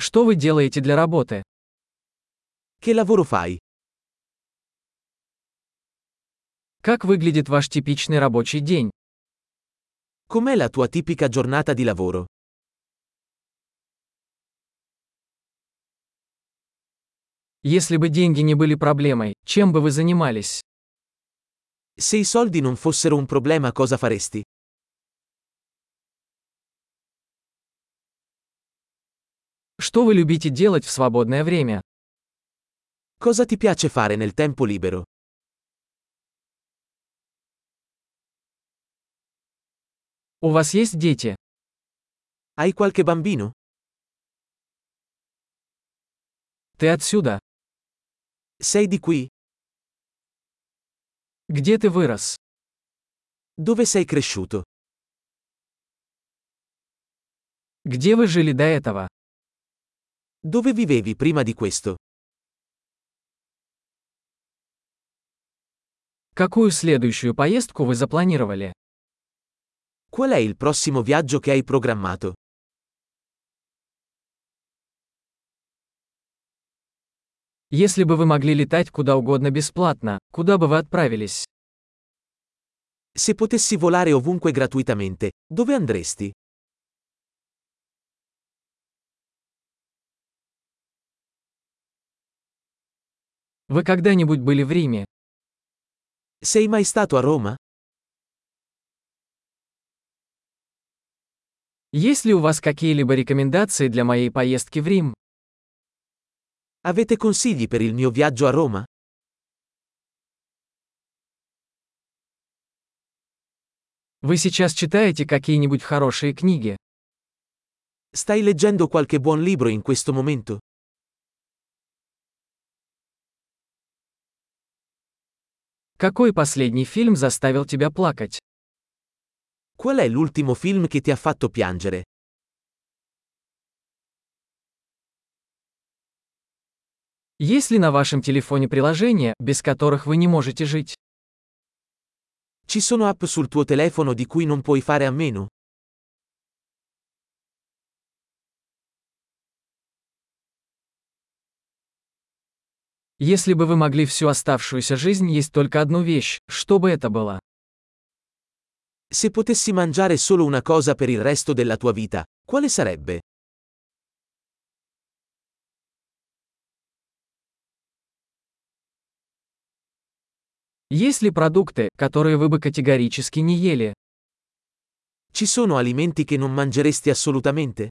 Что вы делаете для работы? Che lavoro fai? Как выглядит ваш типичный рабочий день? Com'è la tua tipica giornata di lavoro? Если бы деньги не были проблемой, чем бы вы занимались? Se i soldi non fossero un problema cosa faresti? Что вы любите делать в свободное время? Cosa ti piace fare nel tempo libero? У вас есть дети? Hai qualche bambino? Ты отсюда? Sei di qui? Где ты вырос? Dove sei cresciuto? Где вы жили до этого? Dove vivevi prima di questo? Какую следующую поездку вы запланировали? Qual è il prossimo viaggio che hai programmato? Если бы вы могли летать куда угодно бесплатно, куда бы вы отправились? Se potessi volare ovunque gratuitamente, dove andresti? Вы когда-нибудь были в Риме? Sei mai stato a Roma? Есть ли у вас какие-либо рекомендации для моей поездки в Рим? Avete consigli per il mio viaggio a Roma? Вы сейчас читаете какие-нибудь хорошие книги? Stai leggendo qualche buon libro in questo momento? Какой последний фильм заставил тебя плакать? Qual è l'ultimo film che ti ha fatto piangere? Есть ли на вашем телефоне приложения, без которых вы не можете жить? Ci sono app sul tuo telefono di cui non puoi fare a meno? Если бы вы могли всю оставшуюся жизнь есть только одну вещь, что бы это было? Se potessi mangiare solo una cosa per il resto della tua vita, quale sarebbe? Есть ли продукты, которые вы бы категорически не ели? Ci sono alimenti che non mangeresti assolutamente?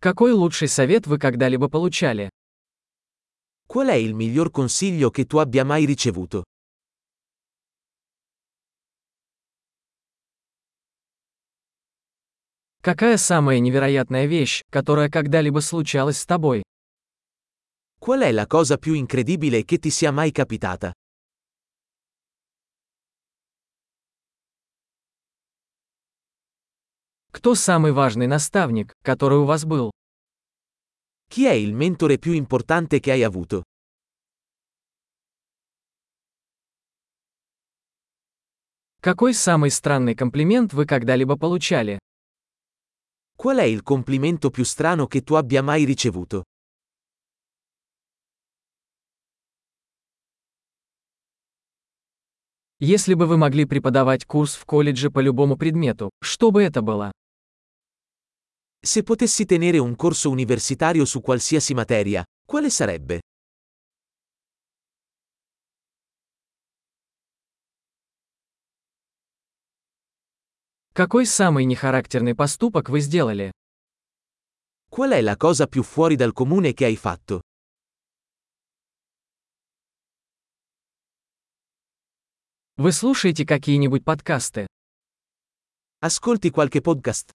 Какой лучший совет вы когда-либо получали? Qual è il miglior consiglio che tu abbia mai ricevuto? Какая самая невероятная вещь, которая когда-либо случалась с тобой? Qual è la cosa più incredibile che ti sia mai capitata? Кто самый важный наставник, который у вас был? Chi è il mentore più importante che hai avuto? Какой самый странный комплимент вы когда-либо получали? Qual è il complimento più strano che tu abbia mai ricevuto? Если бы вы могли преподавать курс в колледже по любому предмету, что бы это было? Se potessi tenere un corso universitario su qualsiasi materia, quale sarebbe? Какой самый нехарактерный поступок вы сделали? Qual è la cosa più fuori dal comune che hai fatto? Вы слушаете какие-нибудь подкасты? Ascolti qualche podcast?